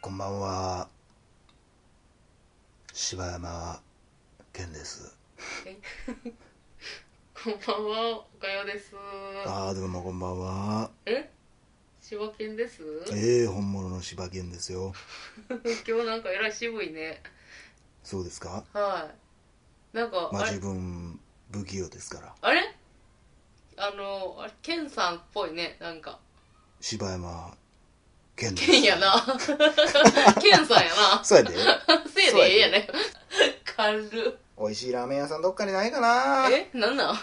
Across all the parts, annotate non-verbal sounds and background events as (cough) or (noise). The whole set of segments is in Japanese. こんばんは。柴山健です。こんばんは、おかよです。ああ、どうもこんばんは。え柴犬ですええ本物の柴健ですよ。今日なんかえらい渋いね。そうですかはい。なんか、まああれ自分、不器用ですから。あれあの、あれ、健さんっぽいね、なんか。柴山健です。健や。な。 (laughs) 健さんや (laughs) な。そうやで。せいでええやね。軽っ。美味しいラーメン屋さんどっかにないかなえなんなん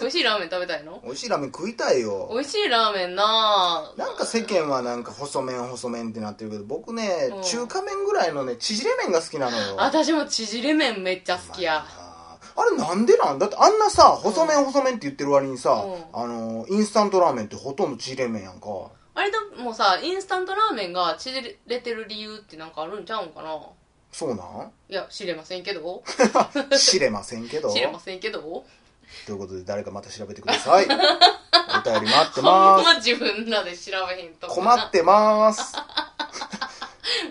美味しいラーメン食べたいの美味しいラーメン食いたいよ。美味しいラーメンななんか世間はなんか細麺細麺ってなってるけど僕ね、うん中華麺ぐらいのね縮れ麺が好きなのよ私も縮れ麺めっちゃ好きや。あれなんでなんだってあんなさ細麺細麺って言ってる割にさ、うあのインスタントラーメンってほとんど縮れ麺やんかあれでもさ、インスタントラーメンが縮れてる理由ってなんかあるんちゃうんかなそう (laughs) ないや、知れませんけど。ん知れませんけど知れませんけど。ということで誰かまた調べてくださ (laughs) いお便り待ってほまんすま自分らで調べへんと。困ってます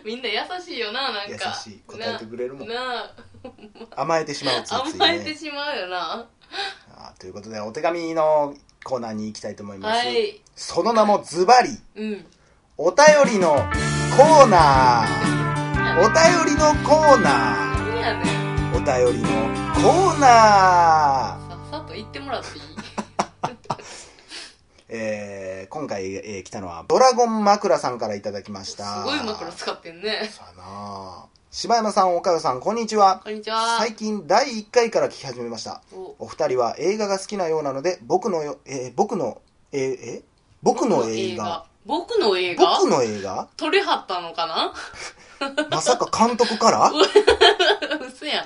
みんな優しいよな、なんか。優しい答えてくれるもんなな甘えてしまうついあ、つい甘えてねしまうよな。あーということでお手紙のコーナーに行きたいと思います、はい。その名もズバリうん。お便りのコーナーお便りのコーナー何やねん。お便りのコーナーさっさと言っても (laughs) らっていいえー、今回、えー来たのはドラゴン枕さんからいただきましすたごい枕使ってんね。さあなあ柴山さん岡田さんこんにちはこんにちは。最近第1回から聞き始めましたおお二人は映画が好きなようなので僕のよ、えー僕のえーえ僕の映画。僕の映画僕の映画撮れはったのかな (laughs) まさか監督から好嘘やん。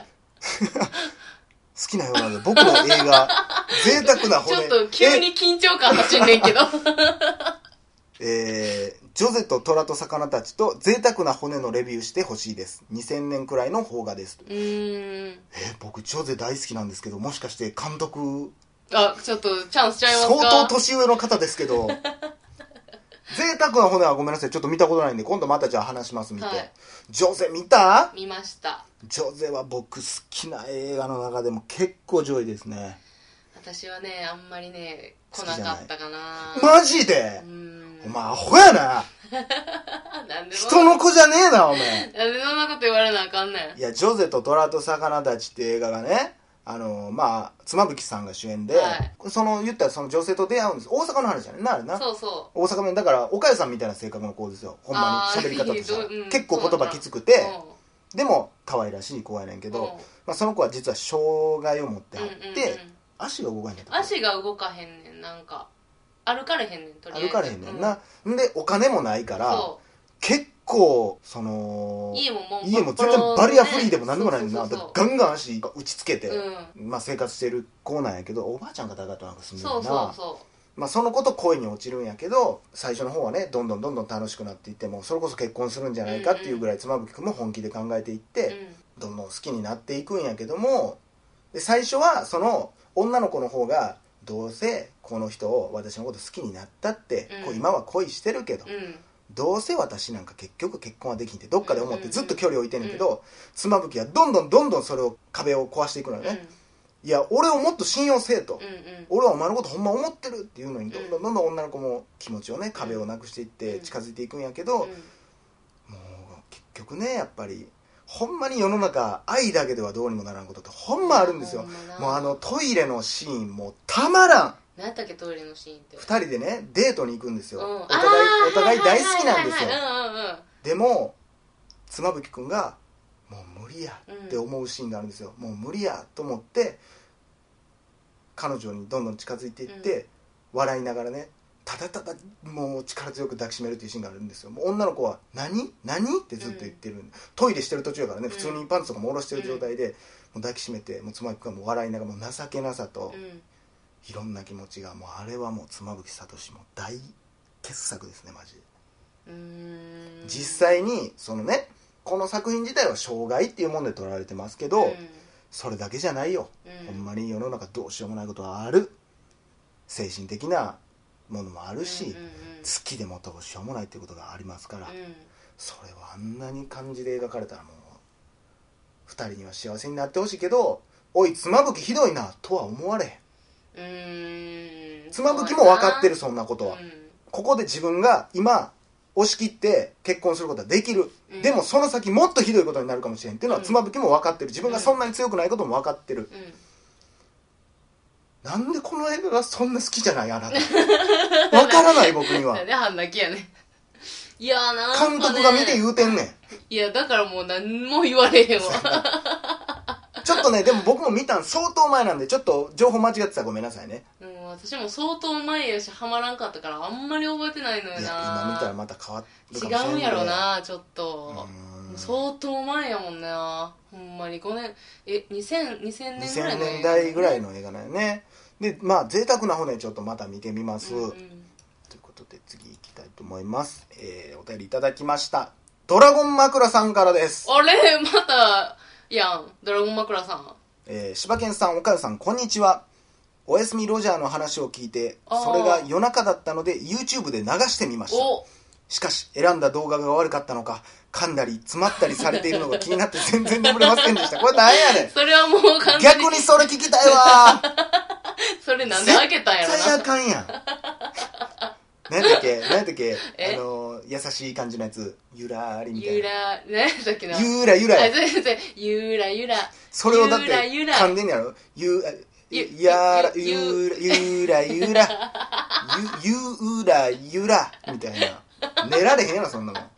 きなようなので僕の映画贅沢な (laughs) ちょ骨っと急に緊張感走んねん (laughs) けど。えージョゼと虎と魚たちと贅沢な骨のレビューしてほしいです。2000年くらいの邦画です。うーん。えー僕、ジョゼ大好きなんですけど、もしかして監督、あ、ちょっとチャンスちゃいますか相当年上の方ですけ (laughs) ど、贅沢な骨はごめんなさい。ちょっと見たことないんで、今度またじゃあ話します、見て。はいジョゼ見た見ました。ジョゼは僕好きな映画の中でも結構上位ですね。私はね、あんまりね、来なかったかな。マジでうーん。お前アホやななんでそ人んな、の子じゃねえな、お前なんでそんなこと言われなあかんねん。いや、ジョゼと虎と魚たちっていう映画がね、あの、まあ、妻夫木さんが主演で、はいその、言ったらその女性と出会うんです。大阪の話じゃねなあれな。そうそ大阪弁、だから、岡谷さんみたいな性格の子ですよ。ほんまにあー喋り方としてはどううん結構言葉きつくう。て、でも、可愛らしい子やねんけうんど、うんまあ、その子は実は障害を持ってはって、うんうんうん足が動かへんねんと足が動かへんねん、なんか。歩かれへんねん、とりあえず。歩かれへんねんな。んで、お金もないかうん。ら、そ結構、そのう。、家ももう、家も全然バリアフリーでもなん何でもないねんな。だからガンガン足打ちつけて、うん。まあ、生活してる子なんやけどおばあちゃんがだがとなんか住んでるそなうそうそまあ、その子と恋に落ちるんやけど最初の方はねどんどんどんどん楽しくなっていってもうそれこそ結婚するんじゃないかっていうぐらい妻夫木君も本気で考えていっう。うて、ん。どんどん好きになっていくんやけどもで最初はその女の子の方がどうせこの人を私のこと好きになったって、うんこう今は恋してるけど、うん。どうせ私なんか結局結婚はできんってどっかで思っうんうんてうんずっと距離を置いてんねんけど、妻夫木はどんどんどんどんそれを壁を壊していくのようん。ね、いや俺をもっと信用せえと、うんうん。俺はお前のことほんま思ってるっていうのにどうんんどんどんどん女の子も気持ちをね壁をなくしていっうてん近づいていくんやけど、うんもう結局ねやっぱりほんまに世の中愛だけではどうにもならんことってほんまあるんですよほまなもうあのトイレのシーンもたまらん何やったっけトイレのシーンって2人でねデートに行くんですよ、うんお互いあーお互い大好きなんですよはいはいはいはいでも妻夫木君が「もう無理や」って思うシーンがあるんですよ、もう無理やと思って彼女にどんどん近づいていって、笑いながらねただただもう力強く抱きしめるっていうシーンがあるんですよもう女の子は何「何ってずっと言ってる、トイレしてる途中やからねうん普通にパンツとかも下ろしてる状態で、もう抱きしめてもう妻夫木君はもう笑いながらもう情けなさと、うんうんいろんな気持ちがもうあれはもう妻夫木聡も大傑作ですねマジで。うーん実際にそのねこの作品自体は障害っていうもんで取られてますけど、それだけじゃないよ、うんほんまに世の中どうしようもないことはある精神的なものもあるし、うんうんうん好きでもどうしようもないっていうことがありますから、うんそれはあんなに感じで描かれたらもう二人には幸せになってほしいけどおい妻夫木ひどいなとは思われへんうーん妻夫木も分かってるそんなこととは、ここで自分が今押し切って結婚することはできる、でもその先もっとひどいことになるかもしれんっていうのはうん妻夫木も分かってる自分がそんなに強くないことも分かってる、うんなんでこの映画がそんな好きじゃないあな (laughs) た分からない僕にはなんで半泣きやねん (laughs) いやーなんか、ね、監督が見て言うてんねんいやだからもう何も言われへんわ (laughs) ちょっとねでも僕も見たん相当前なんでちょっと情報間違ってたらごめんなさいねうん私も相当前やしハマらんかったからあんまり覚えてないのよいなや今見たらまた変わるかもしれない違うんやろなちょっとうん相当前やもんなほんまに5年え2000 2000年ぐらい2000の年代ぐらいの映画だよねでまあ贅沢な骨ちょっとまた見てみます、うんうんということで次行きたいと思います、えーお便りいただきましたドラゴン枕さんからです、あれ (laughs) またやんドラゴン枕さんえー、柴犬さん岡かさんこんにちはおやすみロジャーの話を聞いてそれが夜中だったので YouTube で流してみましたおしかし選んだ動画が悪かったのか噛んだり詰まったりされているのが気になって (laughs) 全然眠れませんでしたこれ何やねんそれはもう完全逆にそれ聞きたいわそれ (laughs) なんで開けたんやろ絶対あなかんやん (laughs) 何やったっけ何やったっけえあの優しい感じのやつゆらーりみたいゆなら (laughs) 何やったっけなゆらゆらあや全然ゆらゆらそれをだってゆらゆら噛んでんやろゆあゆやらゆゆらゆらゆらゆゆらゆらみたいな寝られへんやろそんなもん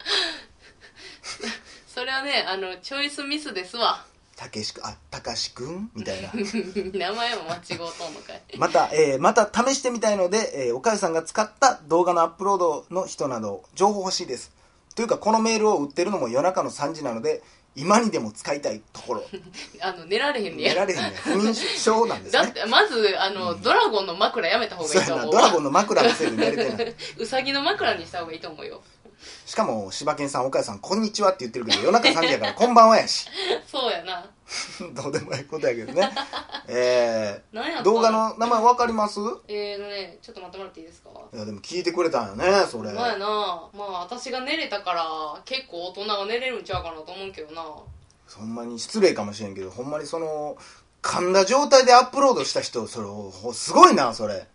それはねあのチョイスミスですわ (laughs) たけしくあたかしくんみたいな名前も間違うとんのかいまた、えーまた試してみたいので、えー、おかゆさんが使った動画のアップロードの人など、情報欲しいです。というか、このメールを売ってるのも夜中の3時なので、今にでも使いたいところ。あの寝られへんね寝やられへんね。不眠症なんですだっね。てまずあの、ドラゴンの枕やめた方がそいうやいとな、思うドラゴンの枕のせいで寝れてない。うさぎの枕にした方がいいと思うよ (laughs) しかも、柴犬さん、おかゆさん、こんにちはって言ってるけど、夜中3時やから、こんばんはやし。 (laughs) そうやなどうでもいいことやけどね。え何やったー、動画の名前わかりますえーのねちょっと待ってもらっていいですかいや、でも聞いてくれたんよね、それ。まあやなまあ私が寝れたから結構大人が寝れるんちゃうかなと思うけどなほんまに失礼かもしれんけどほんまにその噛んだ状態でアップロードした人それをほすごいなそれ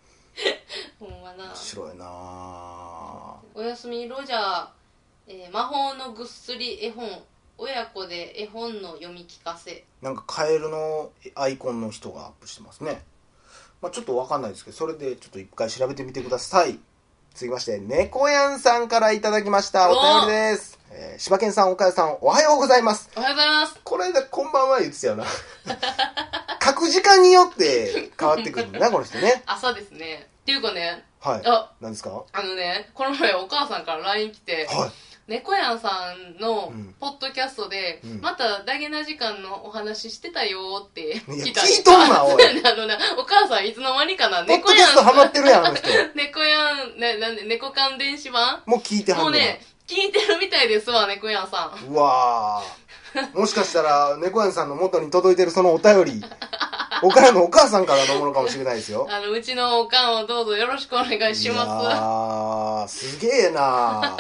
ほんまな面白いなあおやすみロジャー、えー魔法のぐっすり絵本親子で絵本の読み聞かせなんかカエルのアイコンの人がアップしてますね、まあ、ちょっとわかんないですけどそれでちょっと一回調べてみてください続きまして猫やんさんからいただきましたお便りです、えー、柴犬さん岡谷さんおはようございますおはようございますこの間こんばんは言ってたよ (laughs) な書く時間によって変わってくるんだなこの人ね朝ですねっていうかねはいあ何ですかはあのねこの前お母さんから LINE 来てい猫やんさんのうんポッドキャストで、うんまたダゲな時間のお話してたよーっていや来た聞いとんなおいそうや (laughs) ねあのなお母さんいつの間にかなポッド猫キャやストハマっんてるやん、あの人。 (laughs) 猫やんななんで猫缶電子版もう聞いてはもうんねね聞いてるみたいですわ猫やんさんうわー。もしかしたら、猫やんさんの元に届いてるそのお便 (laughs) り、おからのお母さんからのものかもしれないですよ。あのうちのおかんをどうぞよろしくお願いしますあすげえな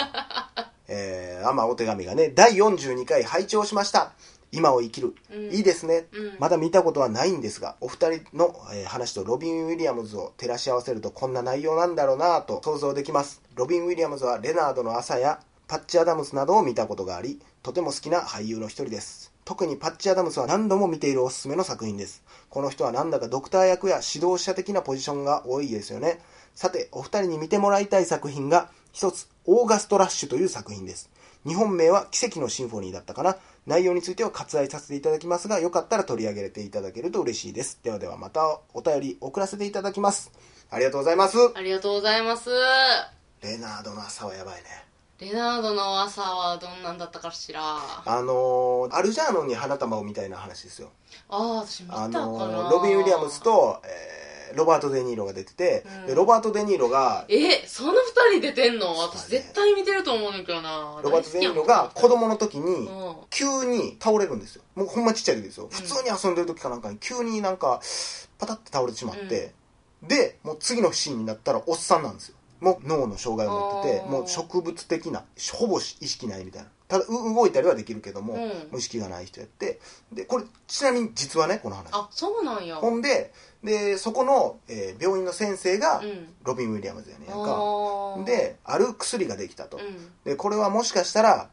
えー、あまあお手紙がね、第42回拝聴しました。今を生きる。うんいいですね、うんまだ見たことはないんですが、お二人の、えー話とロビン・ウィリアムズを照らし合わせるとこんな内容なんだろうなぁと想像できます。ロビン・ウィリアムズはレナードの朝やパッチ・アダムスなどを見たことがあり、とても好きな俳優の一人です。特にパッチ・アダムスは何度も見ているおすすめの作品です。この人はなんだかドクター役や指導者的なポジションが多いですよね。さて、お二人に見てもらいたい作品が一つ、オーガストラッシュという作品です。日本名は奇跡のシンフォニーだったかな。内容については割愛させていただきますが、よかったら取り上げていただけると嬉しいです。ではではまたお便り送らせていただきます。ありがとうございます。ありがとうございますレナードの朝はやばいね。レナードの朝はどんなんだったかしらああのーアルジャーノンに花束をみたいな話ですよ。あー私見たかあな、のーロビン・ウィリアムズと、えーロバート・デ・ニーロが出てて、うんでロバート・デ・ニーロが、えその二人出てんの私絶対見てると思うねんだけどなロバート・デ・ニーロが子供の時に、うん急に倒れるんですよもうほんまちっちゃい時ですよ普通に遊んでる時かなんかに急になんかパタって倒れてしまって、でもう次のシーンになったらおっさんなんですよも脳の障害を持っててあーもう植物的なほぼ意識ないみたいなただう動いたりはできるけども,、うんもう意識がない人やってでこれちなみに実はねこの話あそうなんやほんででそこの、えー病院の先生がうんロビン・ウィリアムズやねんか、あーである薬ができたと、うんでこれはもしかしたら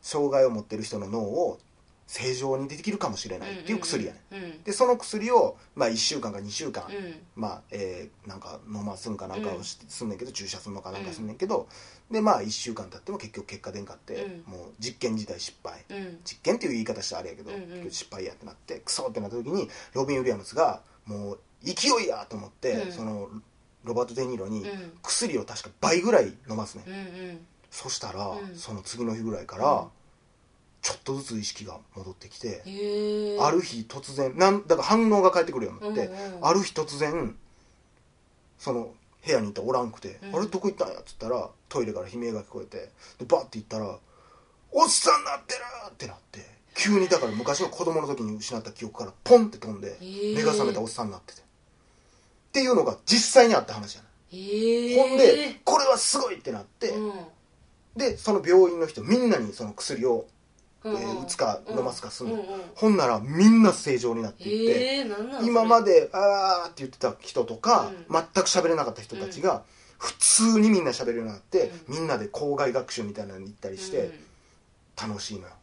障害を持ってる人の脳を正常にできるかもしれないっていう薬やね、うんうんんでその薬を、まあ、1週間か2週間、うんまあえーなんか飲ますんかなんかをし、すんねんけど注射すんのかなんうかんすんねんけど、でまあ1週間経っても結局結果出んかって、うんもう実験自体失敗うん実験っていう言い方したらあれやけど、うんうん結局失敗やってなってクソってなった時にロビン・ウィリアムズがもう勢いやと思って、うんそのロバート・デ・ニーロにうん薬を確か倍ぐらい飲ますねん、うんうんそしたら、うんその次の日ぐらいから、うんちょっとずつ意識が戻ってきて、へえある日突然なんだから反応が返ってくるようになって、うんうんある日突然その部屋にいたらおらんくて「うんあれどこ行ったんや?」っつったらトイレから悲鳴が聞こえてでバッて行ったら「おっさんなってる!」ってなって急にだから昔の子供の時に失った記憶からポンって飛んでー目が覚めたおっさんになっててっていうのが実際にあった話じゃない、へえほんでこれはすごいってなって、うんでその病院の人みんなにその薬を、うんえうーん打つか飲ますかすんの、うんうんほんならみんな正常になっていって、へえなんなん今までで「あー」って言ってた人とか、うん全く喋れなかった人たちが、普通にみんな喋るようになって、みんなで校外学習みたいなのに行ったりして楽しいのよ、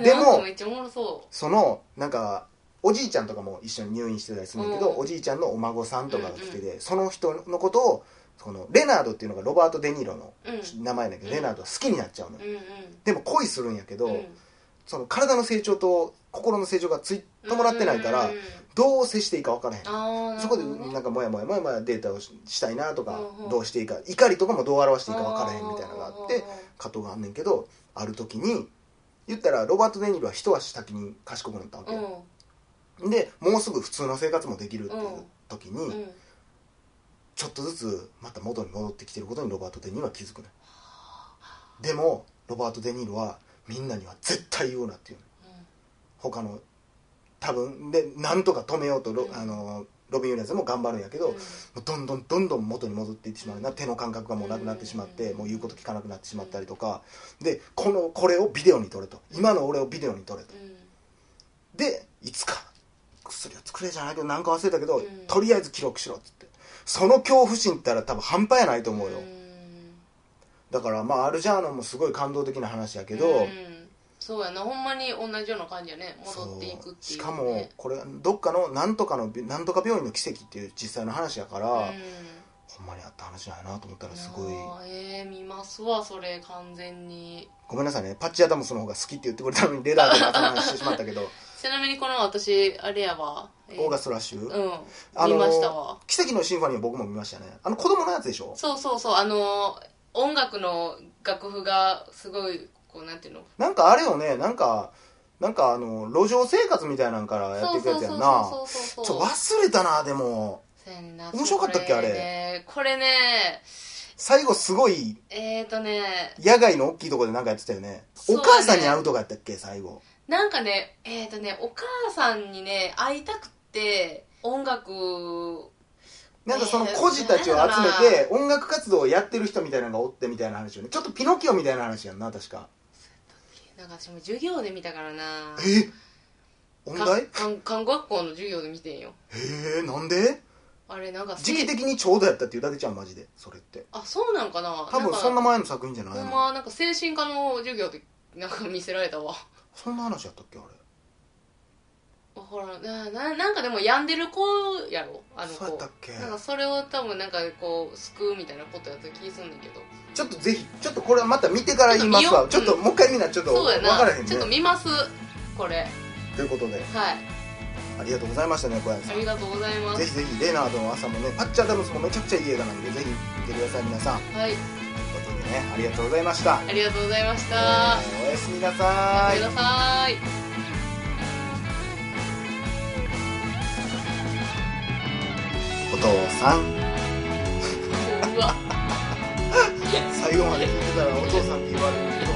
ででももめっちゃおもろそそのなんかおじいちゃんとかも一緒に入院してたりするんだけど、うんおじいちゃんのお孫さんとかが来てて、その人のことをこのレナードっていうのがロバート・デ・ニーロのううん名前だけど、うんレナードは好きになっちゃうのよ、うんうんでも恋するんやけど、うんその体の成長と心の成長がつい伴ってないから、うんうんうんどう接していいか分からへんああそこでななるんかモヤモヤモヤモヤデータをししたいなとかうんうんどうしていいか怒りとかもどう表していいか分ほどからへんみたいなのがあって葛藤があんねんけどある時に言ったらロバート・デ・ニーロは一足先に賢くなったわけうんよ、でもうすぐ普通の生活もできるっていう時うんにちょっとずつまた元に戻ってきてることにロバート・デ・ニーロは気づくねんでもロバート・デ・ニーロはみんなには絶対言うなっていうの他の多分でなんとか止めようとロ,、うんあのロビン・ユニアズも頑張るんやけど、もうどんどんどんどん元に戻っていってしまうな手の感覚がもうなくなってしまって、うんもう言うこと聞かなくなってしまったりとかでこのこれをビデオに撮れと今の俺をビデオに撮れとうんでいつか薬を作れじゃないけどなんか忘れたけど、うんとりあえず記録しろっつってその恐怖心ったら多分半端やないと思うよ、んだからまあアルジャーノンもすごい感動的な話やけど、うんそうやなほんまに同じような感じやね戻っていくっていう、ね、しかもこれどっかのなんとかのなんとか病院の奇跡っていう実際の話やから、うんほんまにあった話なんやなと思ったらすごいあーえー、見ますわそれ完全にごめんなさいねパッチ・アダムスの方が好きって言ってくれたのにレダーでまた話してしまったけどちなみにこの私あれやわ、えオーガストラッシュ、うんあの見ましたわ奇跡のシンフォニーを僕も見ましたねあの子供のやつでしょそうそうそうあの音楽の楽譜がすごいこうなんていうのなんかあれよねなんかなんかあの路上生活みたいなんからやっていくやつやんなそうそうそうそうちそうょ忘れたなでもせやねんな面白かったっけそあれねこれね最後すごいえっ、ー、とね野外の大きいとこでなんかやってたよねそうおだね母さんに会うとかやったっけ最後なんかねえっ、ー、とねお母さんにね会いたくて音楽なんかそのえー孤児たちを集めて音楽活動をやってる人みたいなのがおってみたいな話よねちょっとピノキオみたいな話やんな確かなんか私も授業で見たからなえ音か大看看護学校の授業で見てんよへえなんであれなんか時期的にちょうどやったっていうだけじゃんマジでそれってあそうなんかな多分かそんな前の作品じゃないほんのまなんか精神科の授業でなんか見せられたわそんな話やったっけあれわからんなななんかでも病んでる子やろあの子そうやったっけなんかそれを多分なんかこう救うみたいなことやった気すんだけどちょっとぜひちょっとこれはまた見てから言いますわちちょょっっとともう一回みんなちょっとそうや分なからへんねちょっと見ますこれということではいありがとうございましたね小籔さあんりがとうございまぜひすぜひレナードの朝もねパッチ・アダムスもめちゃくちゃいい映画なんでぜひ見てください皆さんというはいことでねありがとうございましたありがとうございました、えーおやすみなさごいめんなさいお父さんうわ最後まで聞いてたらお父さんって言われる